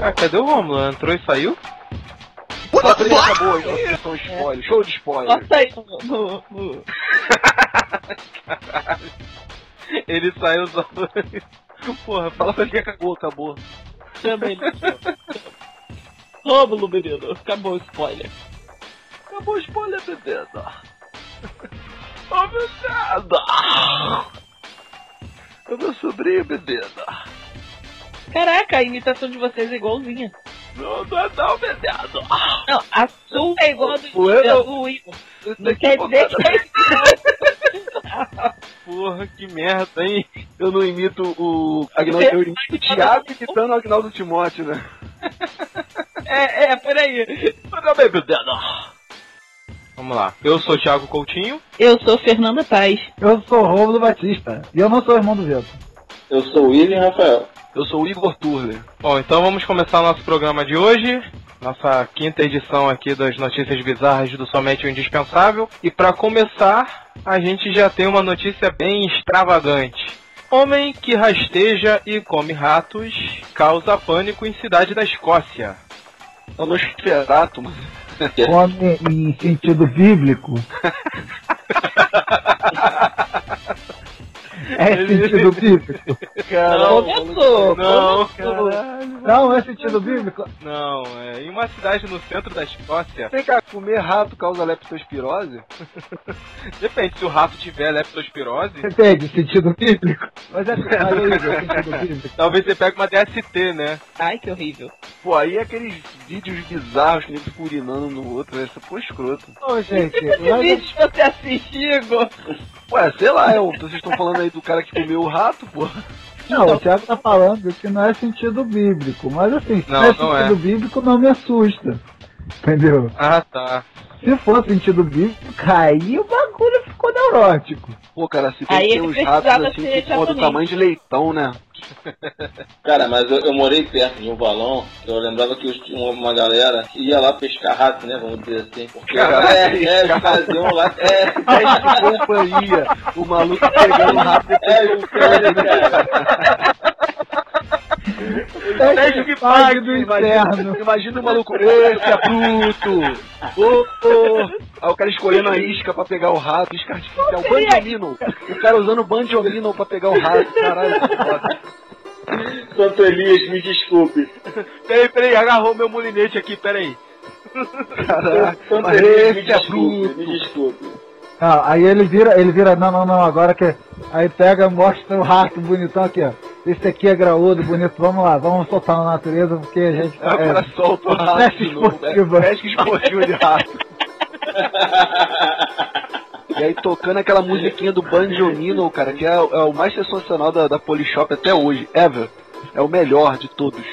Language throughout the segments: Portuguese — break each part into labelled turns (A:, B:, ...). A: Ah, cadê o Romulo? Entrou e saiu?
B: Puta que acabou, hoje, são spoilers, show de spoiler.
C: Bota aí no. no- no-
A: Ele saiu só. Porra, fala pra
B: Fala pra
A: ele.
B: ele que acabou, acabou.
C: Chama ele. Rômulo, menino. Acabou o spoiler.
B: Acabou o spoiler, bebida. Ô, bebida! É meu sobrinho, bebida.
C: Caraca, a imitação de vocês é igualzinha.
B: Não, não é não, bebida.
C: Não, a sua é igual a do,
B: O eu-
C: do Igor.
B: Isso
C: Não
B: aqui
C: quer
B: é
C: dizer
B: bocada.
C: que é igual.
A: Porra, que merda, hein?
B: Eu não imito o... Agnaldo, eu imito o Thiago imitando o Agnaldo Timóteo, né?
C: É, é, por aí.
B: Não, não, bebida.
A: Vamos lá. Eu sou o Thiago Coutinho.
C: Eu sou Fernanda Paz.
D: Eu sou Rômulo Batista e eu não sou irmão do vento.
E: Eu sou o William Rafael.
B: Eu sou o Igor Turler.
A: Bom, então vamos começar nosso programa de hoje. Nossa quinta edição aqui das notícias bizarras do Somente o Indispensável. E pra começar, a gente já tem uma notícia bem extravagante. Homem que rasteja e come ratos causa pânico em cidade da Escócia.
B: Eu não esperato, mano.
D: Come em sentido bíblico. É sentido bíblico?
B: Caralho,
C: Começou.
A: Não,
B: caralho.
D: Não é sentido bíblico?
A: Não, é em uma cidade no centro da Escócia.
B: Vem cá, comer rato causa leptospirose?
A: Depende se o rato tiver leptospirose,
D: Você entende? Sentido bíblico? Mas é aí, Igor, sentido bíblico.
A: talvez você pegue uma DST, né?
C: Ai, que horrível.
B: Pô, aí é aqueles vídeos bizarros que nem ficam urinando no outro, essa pô escroto.
D: Não, gente,
C: Que
D: mas assim,
C: vídeo você assiste, Igor?
B: Ué, sei lá, é, um- vocês estão falando aí do cara que comeu o rato, pô.
D: não, o Thiago tá falando que não é sentido bíblico. Mas assim, se
A: Não,
D: não é
A: não é.
D: sentido bíblico, não me assusta. Entendeu?
A: Ah, tá.
D: Se for sentido bíblico, aí o bagulho ficou neurótico.
B: Pô, cara, se
C: Aí
B: bem que tem
C: ele
B: uns ratos
C: precisava
B: assim
C: ser
B: que pô, do
C: japonês.
B: tamanho de leitão, né?
E: Cara, mas eu, eu morei perto de um balão. Eu lembrava que os- uma, uma galera ia lá pescar rato, né? Vamos dizer assim. Porque
B: Caraca,
E: é, é, os caras iam lá. É,
B: Pé de companhia, o maluco pegando o né? rato.
E: é, o cara, cara.
D: Pede que pague do inferno.
B: Imagina, imagina o maluco, esse é bruto! Ô, ô! Aí o cara escolhendo a isca pra pegar o rato, isca artificial, bandomino! O cara usando bandomino pra pegar o rato, caralho, que foda.
E: Santo Elias, me desculpe.
A: Peraí, peraí, agarrou meu molinete aqui, peraí.
B: Caralho,
E: Santo
B: mas
E: Elias, me
B: esse é
E: desculpe,
B: bruto!
E: me desculpe.
D: Não, Ah, aí ele vira, ele vira, não, não, não, agora que. Aí pega, mostra o rato bonitão aqui, ó. Esse aqui é graúdo, bonito, vamos lá, vamos soltar na natureza, porque a gente.
A: Tá
B: Aí o
D: É,
B: cara solta o rato
D: pesca
B: de novo, é
D: esportiva.
B: pesca esportiva de rato. E aí tocando aquela musiquinha do Banjomino, cara, que é, é o mais sensacional da, da Polishop até hoje, ever. É o melhor de todos.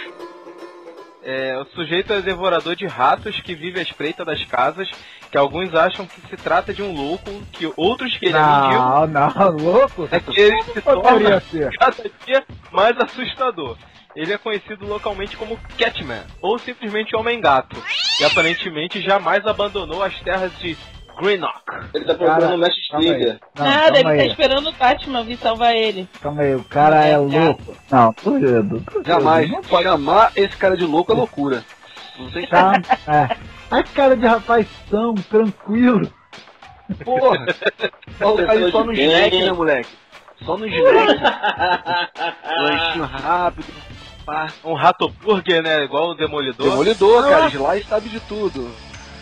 A: É, o sujeito é devorador de ratos que vive à espreita das casas, que alguns acham que se trata de um louco, que outros que ele é mendigo.
D: não, não, louco?
A: É que ele se torna
D: Poderia ser.
A: cada dia mais assustador. Ele é conhecido localmente como Catman, ou simplesmente Homem-Gato, e aparentemente jamais abandonou as terras de Greenock.
E: Ele tá procurando
D: Cara,
E: o Mestre
D: calma aí.
E: Stringer.
D: Não,
C: Nada, ele
D: calma
C: tá
D: aí,
C: esperando o Batman vir salvar ele.
D: calma aí, o cara é louco. Não, duvido, duvido.
B: Jamais. Chamar esse cara de louco é loucura. Não tem
D: Tá, é. A cara de rapaz são, tranquilo.
B: porra. Olha aí só no snack, né, moleque? Só no snack. Lanchinho rápido. Pá.
A: Um rato burger, né? Igual o Demolidor.
B: Demolidor,
D: Ah.
B: cara. De lá sabe de tudo.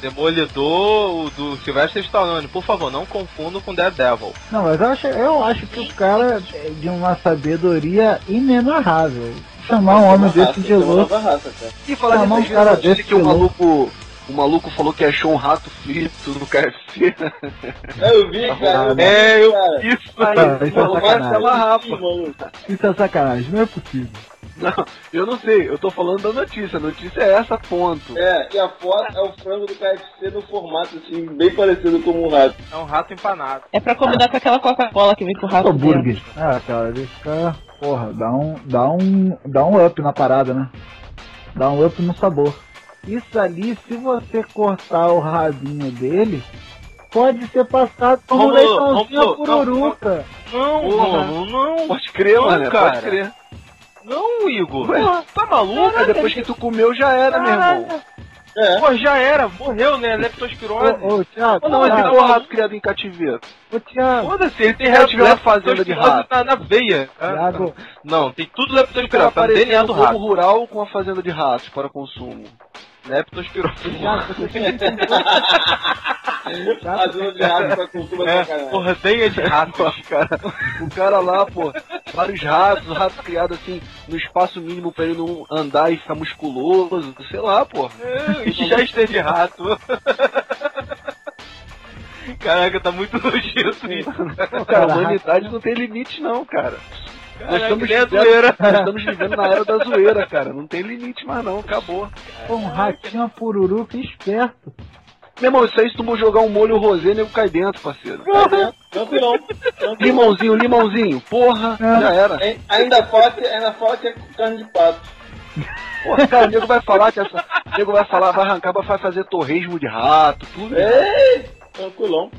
A: Demolidor o do Sylvester Stallone. Por favor, não confunda com Daredevil.
D: Não, mas eu acho, eu acho que o cara é de uma sabedoria inenarrável. Chamar um homem desse de
E: Raça, tem uma
D: louco.
A: assim,
E: nova raça, cara.
B: E falar
D: Não,
B: que
D: mas
B: vocês
D: um
B: viram a
D: cara
B: notícia
D: desse
B: que o
D: que
B: maluco O maluco falou que achou um rato frito no KFC.
E: É, eu vi, cara. eu vi,
A: É, eu
E: cara.
A: isso.
D: né? Cara, isso é
E: Maluco, vai
D: sacanagem.
E: essa
B: sacanagem.
E: marrapa. maluco.
D: Isso é sacanagem, não é possível.
B: Não, eu não sei, eu tô falando da notícia. A notícia é essa, ponto.
E: É, e a foto é o frango do KFC no formato, assim, bem parecido com um rato.
A: É um rato empanado.
C: É pra combinar com aquela Coca-Cola que vem com o rabo.
D: Hambúrguer. Ah, cara, ele fica. Porra, dá um. Dá um. Dá um up na parada, né? Dá um up no sabor. Isso ali, se você cortar o rabinho dele, pode ser passado por um
A: Romulo,
D: leitãozinho
A: Romulo,
D: pururuca.
A: Não,
B: Porra.
A: Romulo, não.
B: Pode crer,
A: Não,
B: mano,
A: cara.
B: pode crer.
A: Não, Igor.
B: Ué.
A: Porra, tá maluco?
B: Mas depois que tu comeu, já era, meu irmão.
E: É.
A: Pô, já era. Morreu, né? Leptospirose.
D: Ô, ô, Thiago,
B: Ou não, mas
D: Thiago,
B: ficou rato criado em cativeiro.
D: ô, Thiago,
A: Foda-se, ele tem
B: Se eu tiver uma fazenda de
A: leptospirose tá na, na veia. Ah,
D: Thiago,
A: Não, tem tudo
B: Pra
A: leptospirose. Tá no
B: aparecer
A: DNA
B: no
A: do
B: globo
A: rato.
B: rural com a fazenda de ratos para consumo.
A: Leptospirose.
D: Thiago, você tem que
E: A zona de rato pra cultura é.
A: É,
E: sacanagem.
A: porra, tem de rato. né,
B: Nossa, cara. O cara lá, pô, vários ratos, o rato criado assim, no espaço mínimo pra ele não andar e ficar musculoso, sei lá, pô.
A: É, Chester de rato. Caraca, tá muito nojento isso.
B: Pô, cara, a humanidade não tem limite, não, cara. Nós
A: Caraca,
B: estamos
A: nem a
B: vivendo-
A: zoeira.
B: Nós estamos vivendo na era da zoeira, cara. Não tem limite mais, não, acabou.
D: pôr um ratinho pururuca esperto.
B: Meu irmão, isso aí se tu não jogar um molho rosé, nego cai dentro, parceiro.
E: Campeão. Campeão.
B: Limãozinho, limãozinho, porra, já era.
E: Ai- Ainda fala, que, ainda fala que é carne de pato.
B: Porra, cara, o nego vai falar que essa. O nego vai falar, vai arrancar, vai fazer torresmo de rato, tudo.
E: É, tranquilão.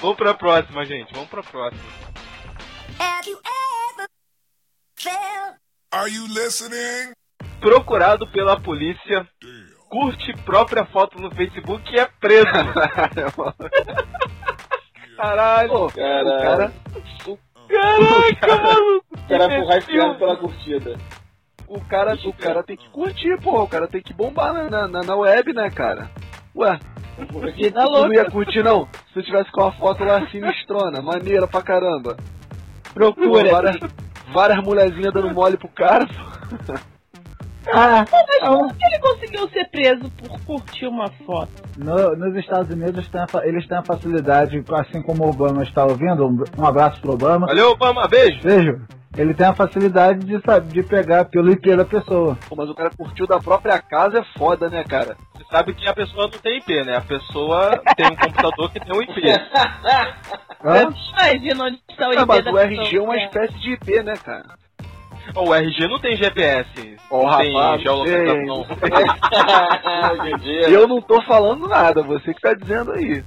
A: Vamos pra próxima, gente. Vamos pra próxima.
F: Have you ever felt
G: Are you listening?
A: Procurado pela polícia, curte própria foto no Facebook e é preso. Caralho.
B: Pô, o
E: Cara,
B: cara,
A: Caraca, mano.
E: o cara foi hypeado pela curtida.
B: o cara, o cara tem que curtir, pô. O cara tem que bombar na- na, na, na web, né, cara? Ué,
E: é
C: Que da
B: tu não
C: louca.
B: ia curtir, não? Se eu tivesse com uma foto lá sinistrona, maneira pra caramba. Pô,
C: Procura.
B: várias, várias mulherzinhas dando mole pro cara.
D: Ah,
C: Mas por que ele conseguiu ser preso por curtir uma foto?
D: No- nos Estados Unidos tem a fa- eles têm a facilidade, assim como o Obama está ouvindo, um, um abraço pro Obama.
A: Valeu, Obama. Beijo.
D: Vejo, ele tem a facilidade de, sa- de pegar pelo IP da pessoa.
B: Pô, mas o cara curtiu da própria casa é foda, né, cara?
A: Você sabe que a pessoa não tem IP, né? A pessoa tem um computador que tem um IP.
D: Hã?
B: É.
C: Imagina onde está o
B: Ah,
C: IP
B: mas
C: da
B: o RG é uma
C: pessoa.
B: espécie de IP, né, cara?
A: O RG não tem GPS.
B: Ó,
A: não tem
B: rapaz,
A: geolocalização.
E: Hoje em dia.
B: Eu não tô falando nada, você que tá dizendo aí.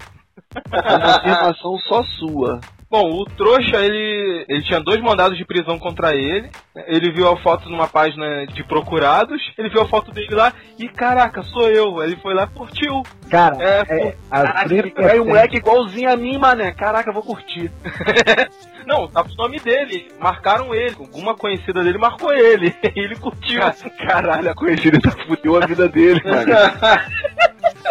B: É uma afirmação só sua.
A: Bom, o trouxa, ele, ele tinha dois mandados de prisão contra ele. Ele viu a foto numa página de procurados. Ele viu a foto dele lá e, caraca, sou eu. Ele foi lá e curtiu.
D: Cara,
A: É,
D: é, a
B: Caraca,
D: treta
B: aí um
D: tem-
B: moleque igualzinho a mim, mané. Caraca, eu vou curtir.
A: Não, tava o nome dele. Marcaram ele. Alguma conhecida dele marcou ele. E ele curtiu.
B: Caralho, a conhecida tá fudeu a vida dele, cara.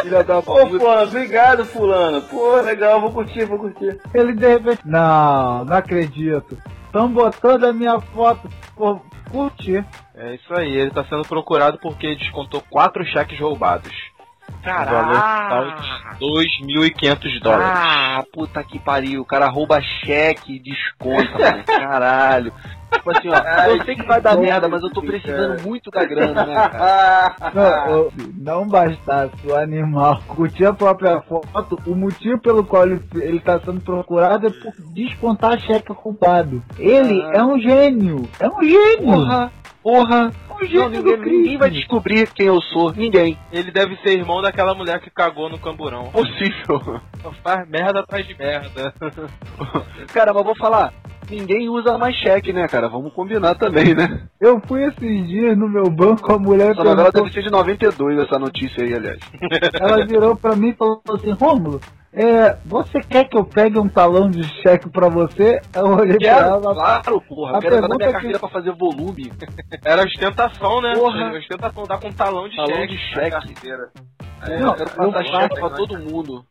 B: Filha da
E: Ô,
B: puta.
E: fulano, obrigado, fulano. Pô, legal, vou curtir, vou curtir.
D: ele de repente. Não, não acredito. Estão botando a minha foto por curtir.
A: É isso aí. Ele tá sendo procurado porque descontou quatro cheques roubados. O valor total de 2.500 dólares.
B: Ah, puta que pariu. O cara rouba cheque e desconta, mano. Caralho. Tipo assim, ó, eu sei que vai dar
D: que
B: merda, mas eu tô
E: cara.
B: precisando muito da grana, né, cara? ah.
D: Não, ô, se não bastasse o animal curtir a própria foto, o motivo pelo qual ele, ele tá sendo procurado é por descontar a checa culpado. Ele
B: Ah.
D: é um gênio. É um gênio.
B: Porra, porra.
D: É um
B: Não,
D: gênio
B: ninguém,
D: do
B: ninguém
D: crime.
B: vai descobrir quem eu sou. Ninguém.
A: Ele deve ser irmão daquela mulher que cagou no camburão.
B: Possível.
A: Só faz merda atrás de merda.
B: Cara, mas vou falar. Ninguém usa mais cheque, né, cara? Vamos combinar também, né?
D: Eu fui esses dias no meu banco, a mulher
B: Essa novela
D: perguntou,
B: deve ser de 92, essa notícia aí, aliás.
D: ela virou pra mim e falou assim, Rômulo, é, você quer que eu pegue um talão de cheque pra você? Eu olhei pra
B: Quero,
D: ela,
B: claro, porra.
D: a
B: Quero levar na
D: pergunta
B: minha
D: é
B: carteira pra fazer volume.
A: Era ostentação, né?
B: Porra.
A: Ostentação, dá com um talão de
B: Talão
A: cheque.
B: de cheque. É,
D: Não,
B: eu quero
D: eu
B: passar
A: faço-
B: cheque pra todo mundo.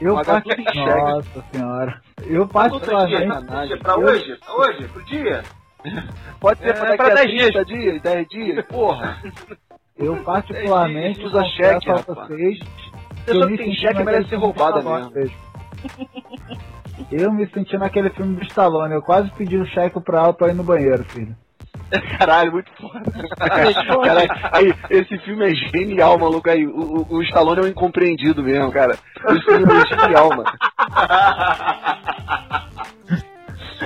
D: eu
B: pagar
D: parti-
B: é tudo em cheque.
D: Nossa senhora. Eu
B: Outra
D: particularmente,
B: sacanagem.
A: Pra
B: Eu-
A: hoje? Pra hoje? Pro dia?
B: Pode ser
A: É,
B: pra daqui
A: pra
B: a
A: 10 dias.
B: 30 dias, 10 dias, porra.
D: assim, Eu particularmente
B: Ele usa
D: confesso
B: cheque,
D: a
B: rapaz.
D: vocês que
B: Pessoa
D: eu
B: que
D: me
B: tem
D: senti
B: cheque
D: naquele
B: merece ser
D: filme do
B: roubada
D: Stallone
B: mesmo.
D: mesmo. Eu me senti naquele filme do Stallone, eu quase pedi um cheque pra ela pra ir no banheiro, filho.
B: Caralho, muito foda. Caralho, aí, esse filme é genial, maluco. Aí, o, o- o Stallone é um incompreendido mesmo, cara. Esse filme é genial, mano.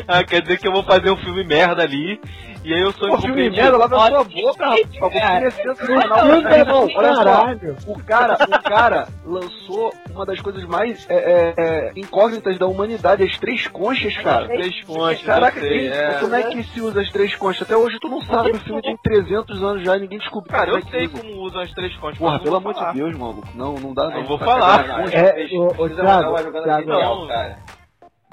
A: Ah, quer dizer que eu vou fazer um filme merda ali. E aí eu sou
B: Pô, filme
A: incompreendido.
B: merda, lava a sua
C: Olha,
B: boca, rapaz. Vou
C: cara.
B: crescer esse canal.
D: Filme
B: Irmão,
D: do
B: olha só.
D: caralho.
B: O cara, o cara lançou uma das coisas mais é, é, é, incógnitas da humanidade, as três conchas, cara.
A: Três conchas,
B: Caraca,
A: eu sei,
B: quem-
A: é.
B: como é que se usa as três conchas? Até hoje tu não sabe, o filme tem 300 anos já e ninguém descobriu.
A: Cara,
B: como
A: eu
B: é que
A: sei
B: usa.
A: como usam as três conchas.
B: Porra,
A: mas
B: pelo
A: eu vou
B: amor de
A: falar.
B: Deus, maluco. Não, não dá.
A: Eu
B: não.
A: vou
B: Tá
A: falar.
B: sacanagem.
D: É, ô, ô, Thiago,
B: é
D: Thiago.
E: Não, cara.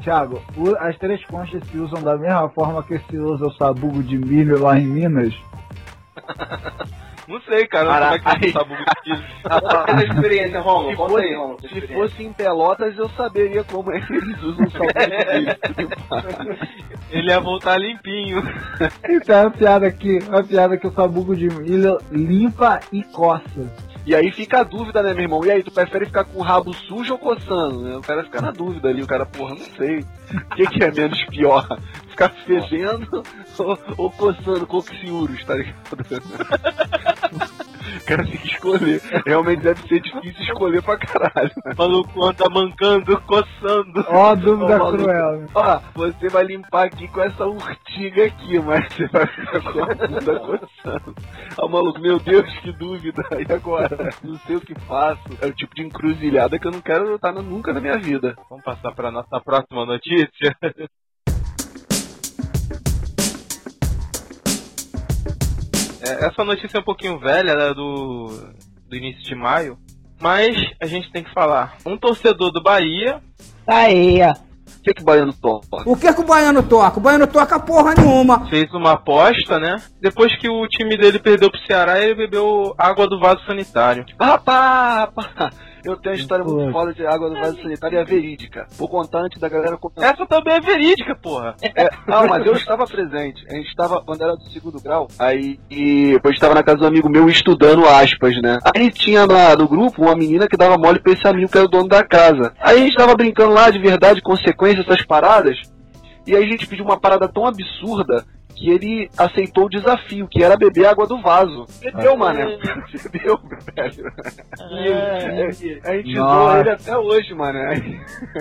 D: Thiago, o- as três conchas se usam da mesma forma que se usa o sabugo de milho lá em Minas.
A: Não sei, cara.
B: Caralho.
A: Como é que eu sabugo de
E: Essa experiência, Romulo,
B: Se
E: conta aí,
B: fosse-
E: Romulo. tua
B: Se
E: experiência.
B: fosse em Pelotas, eu saberia como é que eles usam o salgado de milho.
A: Ele ia voltar limpinho.
D: Isso é uma piada aqui, uma piada que o sabugo de milho limpa e coça.
B: E aí fica a dúvida, né, meu irmão? E aí, tu prefere ficar com o rabo sujo ou coçando? Né? O cara fica na dúvida ali, o cara, porra, não sei. O que, que é menos pior? Ficar fedendo ou, ou coçando coxiúros, tá ligado? O cara tem que escolher. Realmente deve ser difícil escolher pra caralho. né?
A: O maluco anda mancando, coçando.
D: Ó, a dúvida
B: Ô, maluco.
D: cruel.
B: Ó, você vai limpar aqui com essa urtiga aqui, mas você vai ficar com a bunda coçando. Ah, maluco, meu Deus, que dúvida. E agora? Não sei o que faço. É o tipo de encruzilhada que eu não quero estar na- nunca na minha vida.
A: Vamos passar pra nossa próxima notícia. É, essa notícia é um pouquinho velha, né, do, do início de maio. Mas a gente tem que falar. Um torcedor do Bahia
C: Tá aí, ó.
B: O que, que o baiano topa?
H: O que, que o baiano toca? O baiano toca porra nenhuma.
A: fez uma aposta, né? Depois que o time dele perdeu pro Ceará, ele bebeu água do vaso sanitário.
B: Rapá, rapá. Eu tenho uma história muito
D: Putz.
B: foda de água no vaso sanitário e é verídica. Vou contar antes da galera comentar.
A: Essa também é verídica, porra.
B: Ah, mas eu estava presente. A gente estava, quando era do segundo grau, aí e eu estava na casa do amigo meu estudando aspas, né? Aí tinha lá no grupo uma menina que dava mole pra esse amigo que era o dono da casa. Aí a gente estava brincando lá de verdade, consequência, essas paradas. E aí a gente pediu uma parada tão absurda que ele aceitou o desafio, que era beber água do vaso. Bebeu, mano. Bebeu, velho. E a gente zoa
D: Nossa.
B: ele até hoje, mano.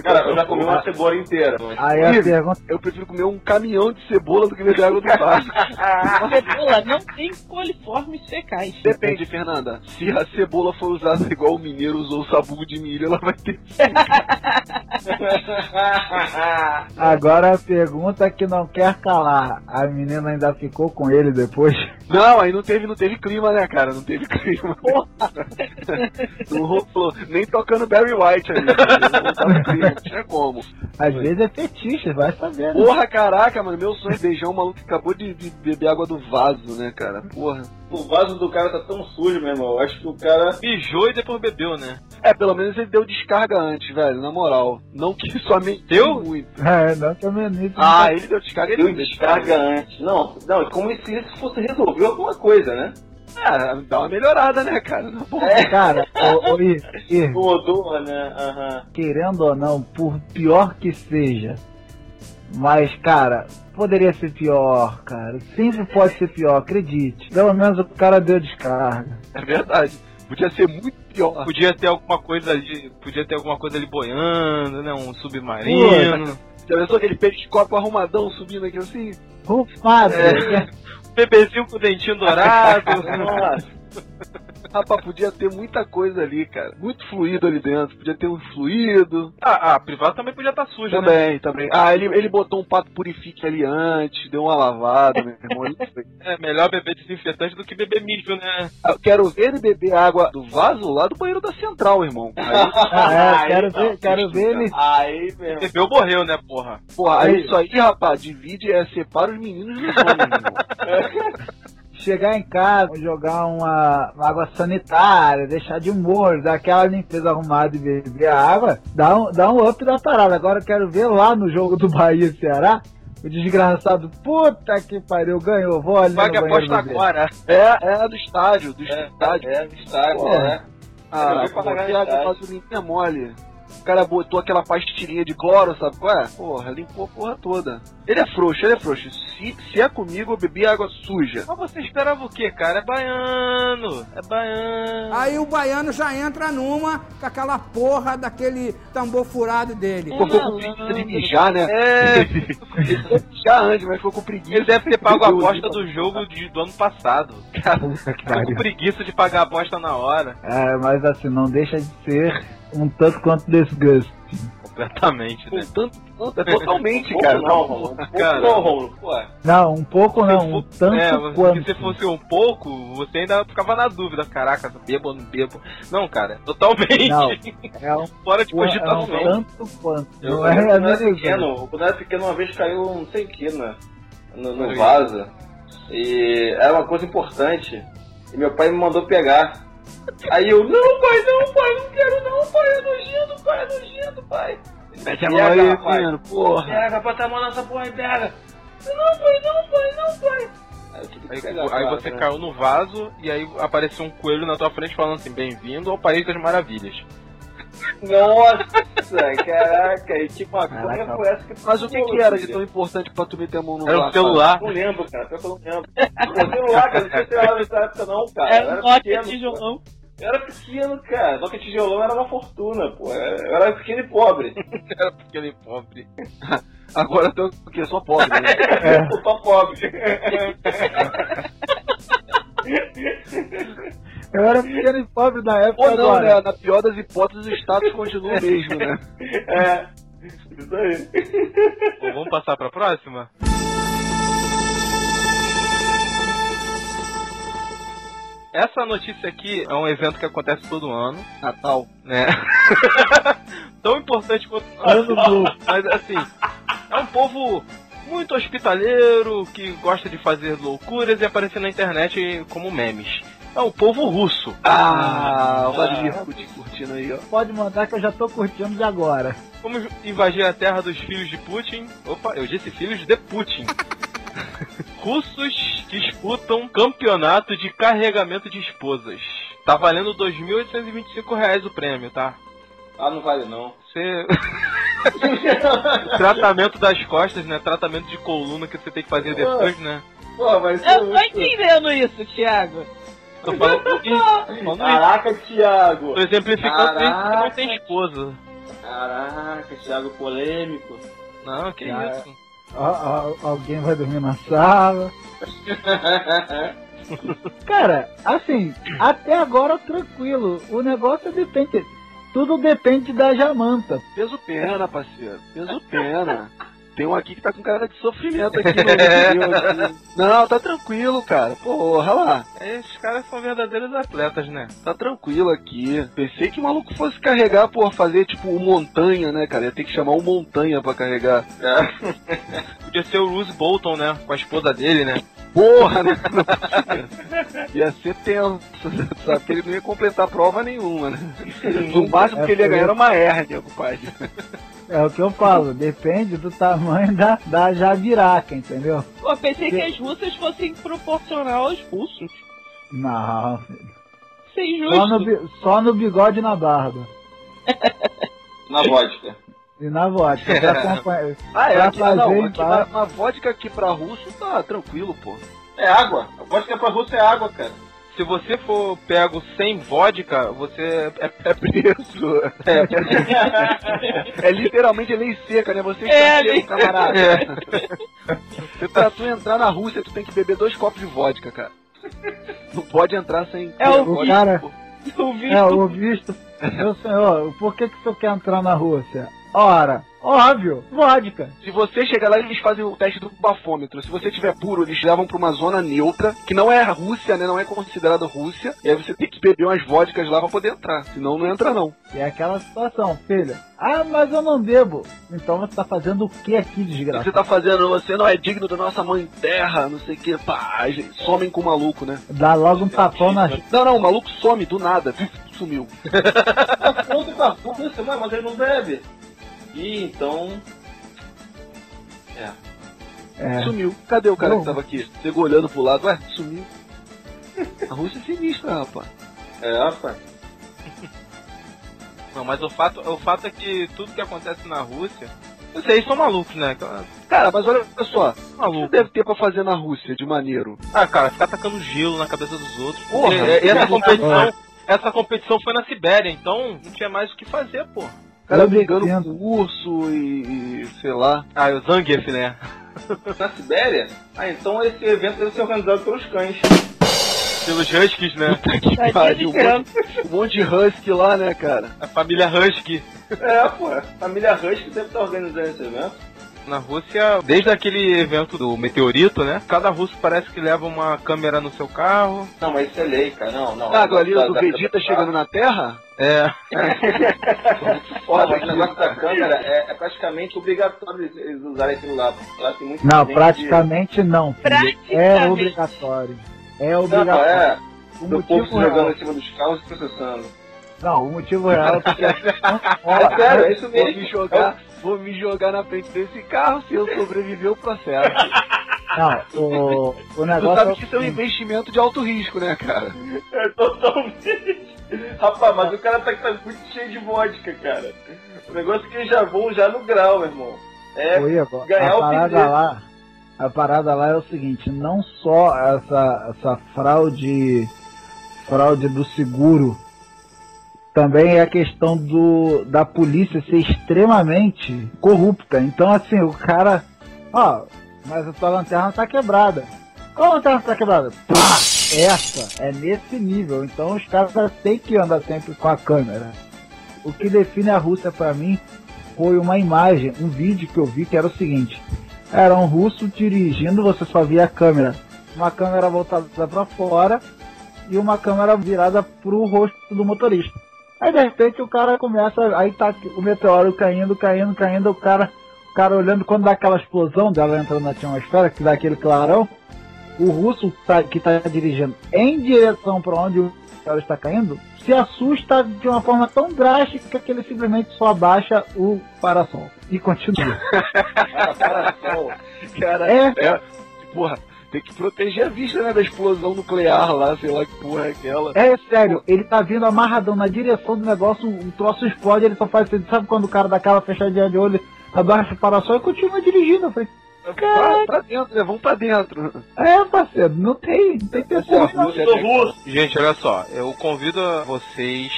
E: Cara, eu já comi uma cebola inteira.
D: Aí a
B: Ih.
D: pergunta
B: Eu prefiro comer um caminhão de cebola do que beber água do vaso.
C: Cebola não tem coliformes fecais.
B: Depende, Fernanda. Se a cebola for usada igual o mineiro usou o sabugo de milho, ela vai ter.
D: agora a pergunta que não quer calar. A menina ainda ficou com ele depois?
B: Não, aí não teve, não teve clima, né, cara? Não teve clima. não rolou. Nem tocando Barry White ali. Não tava clima, não tinha como.
D: Às vezes é fetiche, vai saber. né?
B: Porra, caraca, mano. Meu sonho é beijar um maluco que acabou de, de beber água do vaso, né, cara? Porra.
E: O vaso do cara tá tão sujo, meu irmão. Acho que o cara.
A: Mijou e depois bebeu, né?
B: É, pelo menos ele deu descarga antes, velho. Na moral. Não que isso aumente
A: Deu?
B: muito.
D: É, não que a menina.
B: Ah, ele deu descarga. Ele
E: Deu descarga antes. Não, não, é como se isso fosse resolver alguma coisa, né?
B: É, dá uma melhorada, né, cara? Na boa.
D: Cara, ô, ô, Ir, Ir,
E: O odor, né? Aham.
D: querendo ou não, por pior que seja, mas, cara, poderia ser pior, cara. Sempre pode ser pior, acredite. Pelo menos o cara deu descarga.
B: É verdade. Podia ser muito pior.
A: Podia ter alguma coisa ali, podia ter alguma coisa ali boiando, né? Um submarino.
B: né? Já pensou aquele periscópio arrumadão subindo aqui assim?
D: Rufado,
A: Um bebezinho com dentinho dourado.
B: Nossa. Rapaz, podia ter muita coisa ali, cara. Muito fluido ali dentro. Podia ter um fluido.
A: ah, ah, privado também podia estar sujo, né?
B: Também, também. Ah, ele, ele botou um pato purifique ali antes, deu uma lavada, meu irmão. ele foi.
A: É melhor beber desinfetante do que beber mijo, né?
B: Ah, Eu quero ver ele beber água do vaso lá do banheiro da central, irmão. Aí,
D: Ah, é,
E: Aí
D: quero
E: tá.
D: ver, quero ver ele.
E: Aí, meu irmão.
A: Bebeu, morreu, né, porra?
B: porra, aí isso aí, rapaz, divide é separa os meninos dos homens, irmão.
D: Chegar em casa, jogar uma, uma água sanitária, deixar de molho, dar aquela limpeza arrumada e beber a água, dá um, dá um up da parada. Agora eu quero ver lá no jogo do Bahia e Ceará, O desgraçado, puta que pariu, ganhou, vou ali. no
A: Pague a
D: banheiro
A: aposta
D: beber.
A: agora.
B: É, é do estádio, do
E: É,
B: estádio.
E: é, estádio,
D: Porra.
E: né?
B: Ah,
E: Eu vou
B: pô,
E: pagar
B: que água
E: metade.
B: vaselinha mole. O cara botou aquela pastilinha de cloro, sabe qual é? Porra, limpou a porra toda. Ele é frouxo, ele é frouxo. Se, se é comigo, eu bebi água suja.
A: Mas você esperava o quê, cara? É baiano. É baiano.
H: Aí o baiano já entra numa com aquela porra daquele tambor furado dele.
B: Ficou com preguiça de mijar, né?
A: É,
B: Já antes, mas ficou com preguiça.
A: ele deve ter pago a aposta do jogo de- do ano passado.
D: Puta que
A: Ficou com
D: pariu.
A: preguiça de pagar a aposta na hora.
D: É, mas assim, não deixa de ser um tanto quanto desgosto.
A: Completamente, né?
B: Com tanto, tanto, é totalmente, cara.
E: não, Romulo.
A: Cara.
E: Não, Romulo. Pô,
D: Não, um pouco
A: Se
D: não, um
A: fo-
D: tanto
A: é, mas
D: quanto.
A: se você fosse um pouco, você ainda ficava na dúvida. Caraca, bebo ou não bebo? Não, cara, totalmente.
D: Não, é um,
A: Fora de
D: é um
A: cogitação.
D: tanto quanto.
E: Eu,
D: Não é
E: quando eu era
D: realizado.
E: pequeno, quando eu era pequeno, uma vez caiu não sei o que né, no, no vaso. E era uma coisa importante. E meu pai me mandou pegar. Aí eu, não, pai, não, pai, não quero não, pai, é nojento, pai, é nojento, pai.
B: Mete a
E: E
B: mão aí,
E: rapaz?
B: menino, porra.
E: Pega, rapaz, tá mal nessa porra aí, pega. Não, pai, não, pai, não, pai. Aí, eu tive que
A: Aí,
E: pegar,
A: aí
E: claro,
A: você
E: né?
A: caiu no vaso e aí apareceu um coelho na tua frente falando assim, bem-vindo ao País das Maravilhas.
E: Nossa, caraca, e tipo, uma
D: Caraca.
E: coisa foi essa que... tá
B: Mas o que que era de tão importante pra tu meter a mão no
A: Era o
B: vaso?
A: celular.
E: Não lembro, cara, pior que eu não lembro. Não lembro lá, cara, não sei se eu era nessa época não, cara. Eu
C: Era um Nokia
E: pequeno, pô.
C: tijolão.
E: Eu era pequeno, cara. Só que tijolão era uma fortuna, pô. Eu era pequeno e pobre.
A: Era
B: é
A: aquele pobre.
B: Agora tu o quê? Só pobre, né?
E: Eu tô pobre.
D: Eu era pequeno e
B: é
D: pobre na época
B: Ou não,
D: agora.
B: né? Na pior das hipóteses, o status continua o mesmo, né?
E: É. Isso aí.
A: Bom, vamos passar pra próxima? Essa notícia aqui é um evento que acontece todo ano,
B: Natal.
A: né? Tão importante quanto.
D: Ano novo.
A: Mas assim, é um povo muito hospitaleiro, que gosta de fazer loucuras e aparecer na internet como memes. É um povo russo.
B: Ah, o Vladimir Putin curtindo aí, ó.
D: Pode mandar que eu já tô curtindo de agora.
A: Vamos invadir a terra dos filhos de Putin. Opa, eu disse filhos de Putin. Russos disputam campeonato de carregamento de esposas. Tá valendo 2.825 reais o prêmio, tá?
E: Ah, não vale não.
A: Você... Tratamento das costas, né? Tratamento de coluna que você tem que fazer depois, né?
E: Pô, mas...
C: Eu tô entendendo isso, Thiago.
A: Tô falando, tô falando isso.
E: Caraca, Thiago.
A: Tô exemplificando isso que não
E: Caraca.
A: tem esposa.
E: Caraca, Thiago polêmico.
A: Não, que
D: Cara.
A: isso.
D: Ó, ó, alguém vai dormir na sala. Cara, assim, até agora tranquilo. O negócio depende. Tudo depende da Jamanta.
B: Peso pena, parceiro. Peso pena. Tem um aqui que tá com cara de sofrimento aqui no meu aqui. Não, tá tranquilo, cara. Porra lá.
A: Esses caras são verdadeiros atletas, né?
B: Tá tranquilo aqui. Pensei que o maluco fosse carregar, porra, fazer tipo o montanha, né, cara? Ia ter que chamar o montanha pra carregar.
A: É. Podia ser o Bruce Bolton, né? Com a esposa dele, né?
B: Porra, né? ia ser tenso, sabe? Porque ele não ia completar prova nenhuma, né? No máximo que ele ia ganhar era uma hérnia, compadre.
D: É o que eu falo, depende do tamanho da, da jabiraca, entendeu?
C: Pô, pensei que as russas fossem proporcional aos russos.
D: Não,
C: Isso é
D: só
C: injusto.
D: no, bi- só no bigode e na barba.
E: Na vodka.
D: E na vodka, pra acompanhar.
B: Ah, é
D: Pra
B: aqui, não,
D: fazer,
B: aqui
D: tá?
B: na, na vodka aqui pra russo tá tranquilo, pô.
E: É água. A vodka pra russo é água, cara.
A: Se você for pego sem vodka, você é, é preso.
B: É literalmente lei seca, né? Você
C: É,
B: está
C: lei-
B: seco, camarada.
A: É.
B: Pra tu entrar na Rússia, tu tem que beber dois copos de vodka, cara. Não pode entrar sem.
C: É o
B: vodka,
D: cara-
B: pô.
C: Eu vi
D: É, o visto. Meu senhor, por que, que o senhor quer entrar na Rússia? Ora, óbvio, vodka.
B: Se você chegar lá, eles fazem o teste do bafômetro. Se você tiver puro, eles levam pra uma zona neutra, que não é a Rússia, né? Não é considerada Rússia. E aí você tem que beber umas vodkas lá pra poder entrar. Senão não entra, não.
D: É aquela situação, filha. Ah, mas eu não bebo. Então você tá fazendo o que aqui,
B: O que
D: desgraça?
B: você tá fazendo? Você não é digno da nossa mãe terra, não sei o que. Pá, gente, somem com o maluco, né?
D: Dá logo um tapão na.
B: Não, não, o maluco some do nada. Sumiu.
E: Pronto pra russo, mas ele não bebe. Ih, então...
D: É.
I: Sumiu. Cadê o cara
D: Não.
I: que tava aqui? Ficou olhando pro lado, ué, sumiu. A Rússia é sinistra, rapaz.
E: É, rapaz.
B: Não, mas o fato, o fato é que tudo que acontece na Rússia. Vocês são malucos, né? Aquela-
I: Cara, mas olha só, o que
B: Maluco.
I: deve ter pra fazer na Rússia de maneiro?
B: Ah, cara, ficar atacando gelo na cabeça dos outros.
I: Porra,
B: E- e essa
I: cara,
B: competição. Essa competição foi na Sibéria, então não tinha mais o que fazer, pô.
I: O cara
D: Eu
I: brigando
D: entendo.
I: com o urso e, e sei lá.
B: Ah, o Zangief, né?
E: Na Sibéria? Ah, então esse evento deve ser organizado pelos cães.
B: Pelos Huskies, né?
C: Tá
I: pariu,
C: desesperando.
I: Um monte de husky lá, né, cara?
B: A família Husky.
E: É, pô. Família Rush que deve
I: tá
E: estar organizando esse
I: né?
E: evento.
B: Na Rússia, desde aquele evento do meteorito, né? Cada russo parece que leva uma câmera no seu carro.
E: Não, mas isso é lei, cara. Não, não.
I: Ah, a galinha
E: Da-
I: do
E: da-
I: Vegeta
E: da-
I: chegando na Terra?
B: É.
E: Ó,
I: Foda
E: mas o negócio
I: aqui.
E: da câmera é, é praticamente obrigatório eles, eles usarem aquilo lá. pô. Lá tem muito
D: Não,
E: gente
D: praticamente não. filho. É
C: Praticamente.
D: obrigatório. É
E: de- Não, não,
D: obrigatório.
E: é.
D: O
E: Do povo
D: motivo
E: se jogando
D: real.
E: em cima dos carros e processando.
D: Não, o motivo real é porque.
E: É sério, é isso
I: Vou me
E: mesmo.
I: jogar, É. vou me jogar na frente desse carro se eu sobreviver o processo.
D: Não, o, o
I: Tu
D: negócio.
I: sabe
D: o
I: que isso é um
D: seguinte.
I: investimento de alto risco, né, cara?
E: É totalmente. Rapaz, mas o cara tá, tá muito cheio de vodka, cara. O negócio é que eles já vão já no grau, meu irmão. É,
D: Ô, Igor,
E: ganhar
D: a
E: o
D: parada
E: bilhete.
D: lá, a parada lá é o seguinte, não só essa, essa fraude fraude do seguro, também é a questão do da polícia ser extremamente corrupta. Então assim, o cara, ó, mas a tua lanterna tá quebrada. Qual lanterna tá quebrada? Pá! Essa é nesse nível. Então os caras têm que andar sempre com a câmera. O que define a Rússia pra mim foi uma imagem, um vídeo que eu vi que era o seguinte: era um russo dirigindo, você só via a câmera, uma câmera voltada para fora e uma câmera virada pro rosto do motorista. Aí de repente o cara começa, aí tá o meteoro caindo, caindo, caindo, o cara, o cara olhando quando dá aquela explosão dela entrando na atmosfera, que dá aquele clarão, o russo tá- que tá dirigindo em direção para onde o meteoro está caindo, se assusta de uma forma tão drástica que ele simplesmente só abaixa o parasol e continua.
I: Cara,
D: É.
I: é. Porra, tem que proteger a vista, né, da explosão nuclear lá, sei lá que porra é aquela.
D: É sério, ele tá vindo amarradão na direção do negócio, o troço explode, ele só faz assim, sabe quando o cara dá aquela fechadinha de olho, abaixa o parasol e continua dirigindo. Eu falei,
I: Pra, pra dentro, né? Vamos pra dentro.
D: é parceiro, não tem, não tem pessoa. não.
I: Rússia, né?
B: Gente, olha só, eu convido a vocês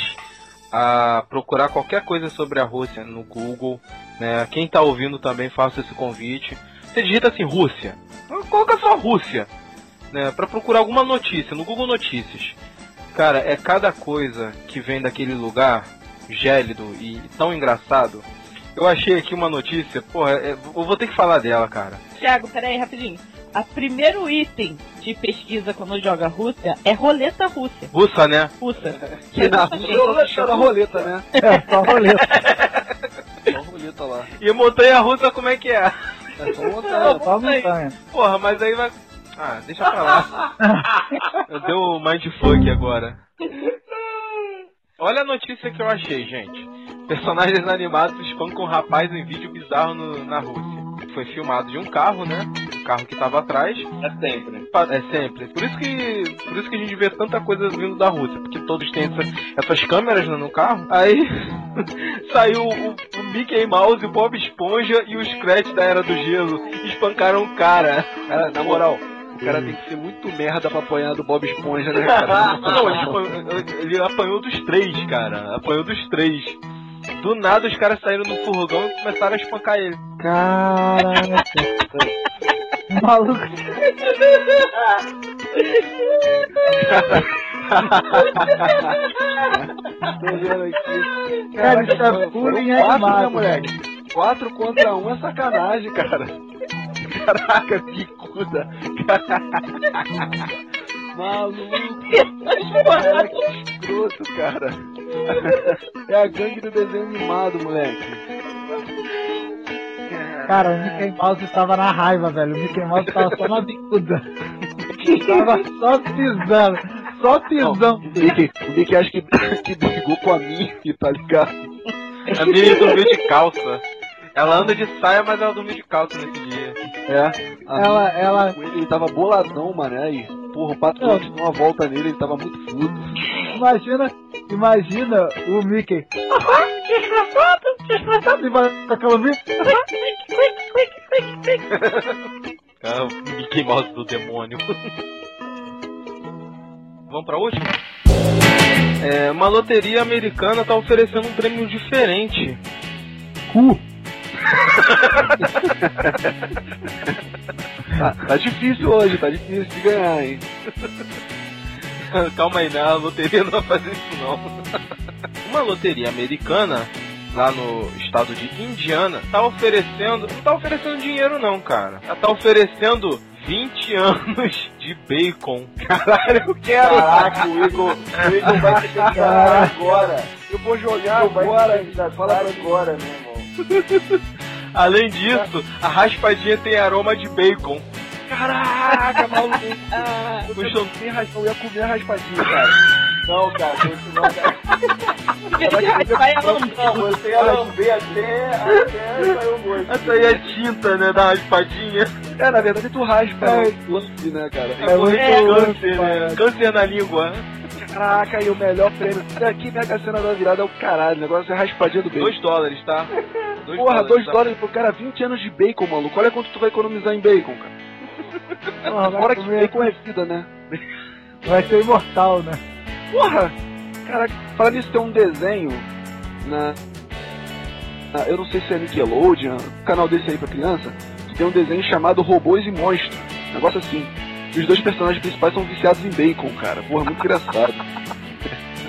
B: a procurar qualquer coisa sobre a Rússia no Google. Né? Quem tá ouvindo também faça esse convite. Você digita assim, Rússia. Coloca só Rússia. Né? Pra procurar alguma notícia, no Google Notícias. Cara, é cada coisa que vem daquele lugar gélido e tão engraçado. Eu achei aqui uma notícia, porra, é- eu vou ter que falar dela, cara.
C: Thiago, peraí, rapidinho. A primeiro item de pesquisa quando joga Rússia é roleta Rússia.
B: Russa, né?
C: Russa.
I: Que na Rússia só
E: Tá
I: se chama roleta, né?
D: É, só roleta.
I: Só roleta lá.
B: E montanha russa, como é que é?
E: Tá
I: É só
D: É,
I: montar.
D: só montanha.
B: Porra, mas aí vai. Ah, deixa pra lá. eu dei o mindfuck agora. Olha a notícia que eu achei, gente. Personagens animados espancam um rapaz em vídeo bizarro no- na Rússia. Foi filmado de um carro, né? O carro que tava atrás.
E: É sempre.
B: Pa- É sempre. Por isso que. Por isso que a gente vê tanta coisa vindo da Rússia. Porque todos têm essa- essas câmeras né, no carro. Aí saiu o, o Mickey Mouse, o Bob Esponja e o Scratch da Era do Gelo. Espancaram o cara.
I: Cara, na moral, o cara tem que ser muito merda pra apanhar do Bob Esponja, né, cara?
B: Não, ele, apan- ele apanhou dos três, cara. Apanhou dos três. Do nada os caras saíram no furgão e começaram a espancar ele.
D: Caraca. O Maluco.
I: Tô vendo aqui.
D: Cara, isso é
I: foram
D: bullying
I: quatro,
D: animado,
I: né, moleque? Quatro contra um é sacanagem, cara. Caraca, picuda. Maluco. Cara, que escroto, cara. É a gangue do desenho animado, moleque.
D: Cara, o Mickey Mouse tava na raiva, velho. O Mickey Mouse tava só na bicuda. tava só pisando. Só pisando.
I: O Mickey, o Mickey acha que, que brigou com a Mickey, tá ligado?
B: É A Mimi dormiu de calça. Ela anda de saia, mas ela dormiu de calça nesse dia.
E: É. A
D: Ela-
E: minha-
D: ela-
E: Ele tava boladão, mané. E, porra, o pato
D: Não.
E: deu uma volta nele, ele tava muito puto.
D: Imagina, imagina o Mickey. Desgraçado, desgraçado. E vai com aquela vi-
B: Cara, Ah, o Mickey Mouse do demônio. Vamos pra última? É, uma loteria americana tá oferecendo um prêmio diferente.
D: Cu.
E: Tá, tá difícil hoje, tá difícil de ganhar, hein?
B: Calma aí, né? A loteria não vai fazer isso não. Uma loteria americana lá no estado de Indiana tá oferecendo, não tá oferecendo dinheiro não, cara. Ela tá oferecendo 20 anos de bacon. Caralho, eu quero.
J: Caraca, o Igor, o Igor vai se candidatar agora.
E: Eu vou jogar
J: agora, fala pra mim. agora, meu irmão.
B: Além disso, a raspadinha tem aroma de bacon. Caraca, maluco. Puxa,
E: Sem razão, eu ia comer a raspadinha, cara.
J: Não, cara, tem isso não, cara.
C: Vai a lambão.
J: Você ia lamber até, até sair o gosto.
B: essa aí é tinta, né, da raspadinha.
E: É, na verdade tu raspa,
D: É.
E: né? Lance, né, cara?
B: É,
D: muito
B: câncer, né?
D: lance,
B: Câncer na língua. né?
E: Caraca, e o melhor prêmio. Daqui minha cena da virada é o caralho. O negócio é raspadinha do bacon.
B: 2 dólares, tá? Dois
E: Porra, 2
B: tá?
E: dólares pro cara, 20 anos de bacon, maluco. Olha quanto tu vai economizar em bacon, cara.
D: Porra, vai
E: Fora que
D: comer-
E: bacon é vida, né?
D: Vai ser imortal, né?
E: Porra! Caraca, falar nisso, tem um desenho na. na- eu não sei se é Nickelodeon, um canal desse aí pra criança. que Tem um desenho chamado Robôs e Monstros. Um negócio assim. E os dois personagens principais são viciados em bacon, cara. Porra, muito engraçado.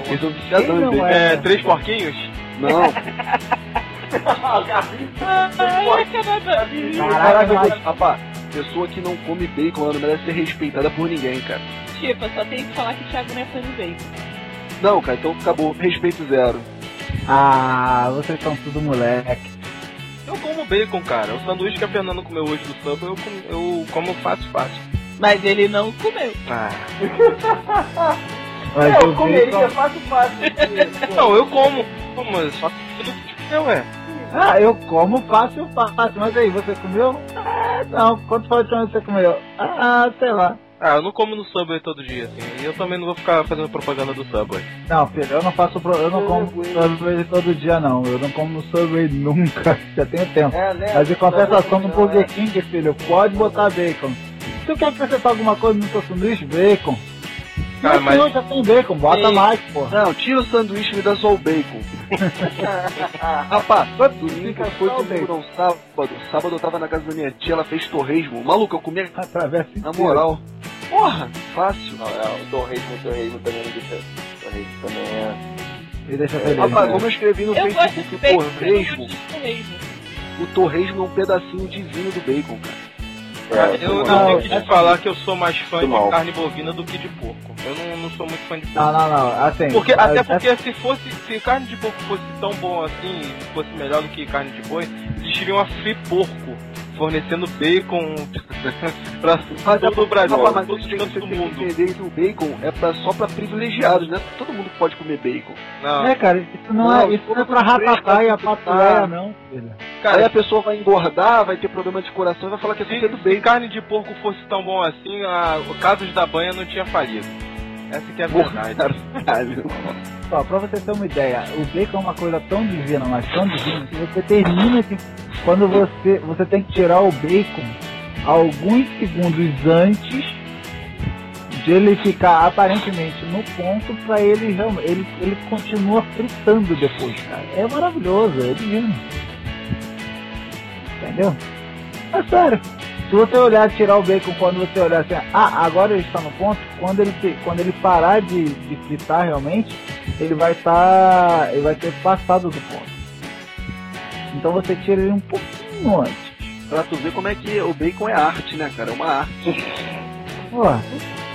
E: Eles são viciados
D: Quem
E: em
D: não
E: bacon.
B: É,
E: né?
B: três porquinhos?
J: é?
E: Não,
C: Ai, caramba.
E: Caraca,
D: Caraca,
E: eu vou-
D: mas-
E: rapá, pessoa que não come bacon, ela não merece ser respeitada por ninguém, cara.
C: Tipo, eu só tenho que falar que o Thiago não é fã de bacon.
E: Não, cara, então acabou, respeito zero.
D: Ah, vocês são tudo moleque.
B: Eu como bacon, cara. O sanduíche que a Fernanda comeu hoje do samba, eu, com- eu como fácil, fácil.
C: Mas ele não comeu.
B: Ah.
D: Mas
J: Eu
D: o
J: comeria
D: bacon-
J: fácil, fácil. porque, pô,
B: Não, eu como. Pô, mas só que eu não eu, ué.
D: Ah, eu como fácil, fácil. Mas aí, você comeu? Ah, não. Quanto foi a última vez que você comeu? Ah, sei lá.
B: Ah, eu não como no Subway todo dia, assim. E eu também não vou ficar fazendo propaganda do Subway.
D: Não, filho, eu não faço pro... eu não como Subway todo dia não. Eu não como Subway nunca. Já tenho tempo.
J: É, né?
D: Mas em compensação no
J: Não, é.
D: Burger King, filho, pode botar bacon. Se tu quer acrescentar alguma coisa no teu sanduíche, bacon.
B: Cara,
D: Mas
B: mas-
D: não, já tem bacon, bota
E: Sim.
D: mais, porra.
E: Não, tira o sanduíche e me dá só o bacon. rapá, domingo foi
D: só o bacon.
E: domingo, não, sábado. Sábado eu tava na casa da minha tia, ela fez torresmo. Maluco, eu comia
D: Atravessa
E: na
D: inteiro.
E: moral. Porra, fácil.
J: Não, é, o torresmo, o torresmo também não deixa. O torresmo também é.
D: Me deixa feliz.
E: Rapaz,
D: né?
E: como eu escrevi no
C: Eu gosto
E: Facebook,
C: de
E: o
C: bacon, mas eu não
E: torresmo,
C: gosto mesmo.
E: o torresmo é um pedacinho de vinho do bacon, cara.
J: é,
B: eu eu
D: não,
B: tenho que te
D: é-
B: falar que eu sou mais fã
J: Muito mal.
B: de carne bovina do que de porco. Eu não, não sou muito fã de porco.
D: Não, não, não. Assim,
B: Porque,
D: a-
B: até
D: a-
B: porque se fosse, se carne de porco fosse tão bom assim, e fosse melhor do que carne de boi, existiria uma Free Porco fornecendo bacon pra
E: é
B: todo o Brasil,
E: Rapaz,
B: pra
E: mas
B: todos os
E: você tem
B: cantos
E: que
B: do mundo.
E: entender que o bacon é pra, só pra privilegiados, né? Todo mundo pode comer bacon.
B: Não,
D: É, cara, isso não,
E: Não,
D: é, isso não é pra ratatá e a patuleia, não, filho.
E: Aí
B: cara,
E: a pessoa vai engordar, vai ter problema de coração e vai falar que é
B: se,
E: culpa é do
B: se
E: bacon.
B: carne de porco fosse tão bom assim, a, o Casos da Banha não tinha falido. Essa que é a verdade.
E: Caralho.
D: Ó, pra você ter uma ideia, o bacon é uma coisa tão divina, mas tão divina, que você termina assim, quando você, você tem que tirar o bacon alguns segundos antes de ele ficar aparentemente no ponto pra ele realmente, ele, ele continua fritando depois, cara. É maravilhoso, é divino. Entendeu? É sério. Se você olhar, tirar o bacon, quando você olhar assim, ah, agora ele está no ponto, quando ele, te- quando ele parar de, de fritar realmente, ele vai estar. ele vai ter passado do ponto. Então você tira ele um pouquinho antes.
E: Pra tu ver como é que o bacon é arte, né, cara? É uma arte.
D: Porra,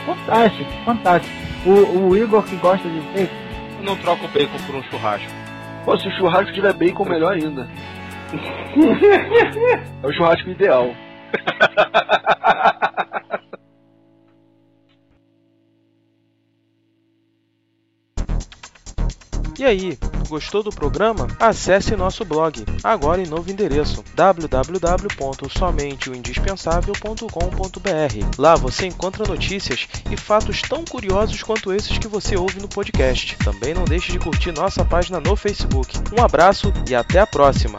D: fantástico, fantástico. O, o Igor que gosta de bacon,
B: Eu não troco bacon por um churrasco.
E: Pô, se o churrasco tiver bacon, melhor ainda. é o churrasco ideal.
K: E aí, gostou do programa? Acesse nosso blog, agora em novo endereço www.somenteoindispensável.com.br. Lá você encontra notícias e fatos tão curiosos quanto esses que você ouve no podcast. Também não deixe de curtir nossa página no Facebook. Um abraço e até a próxima!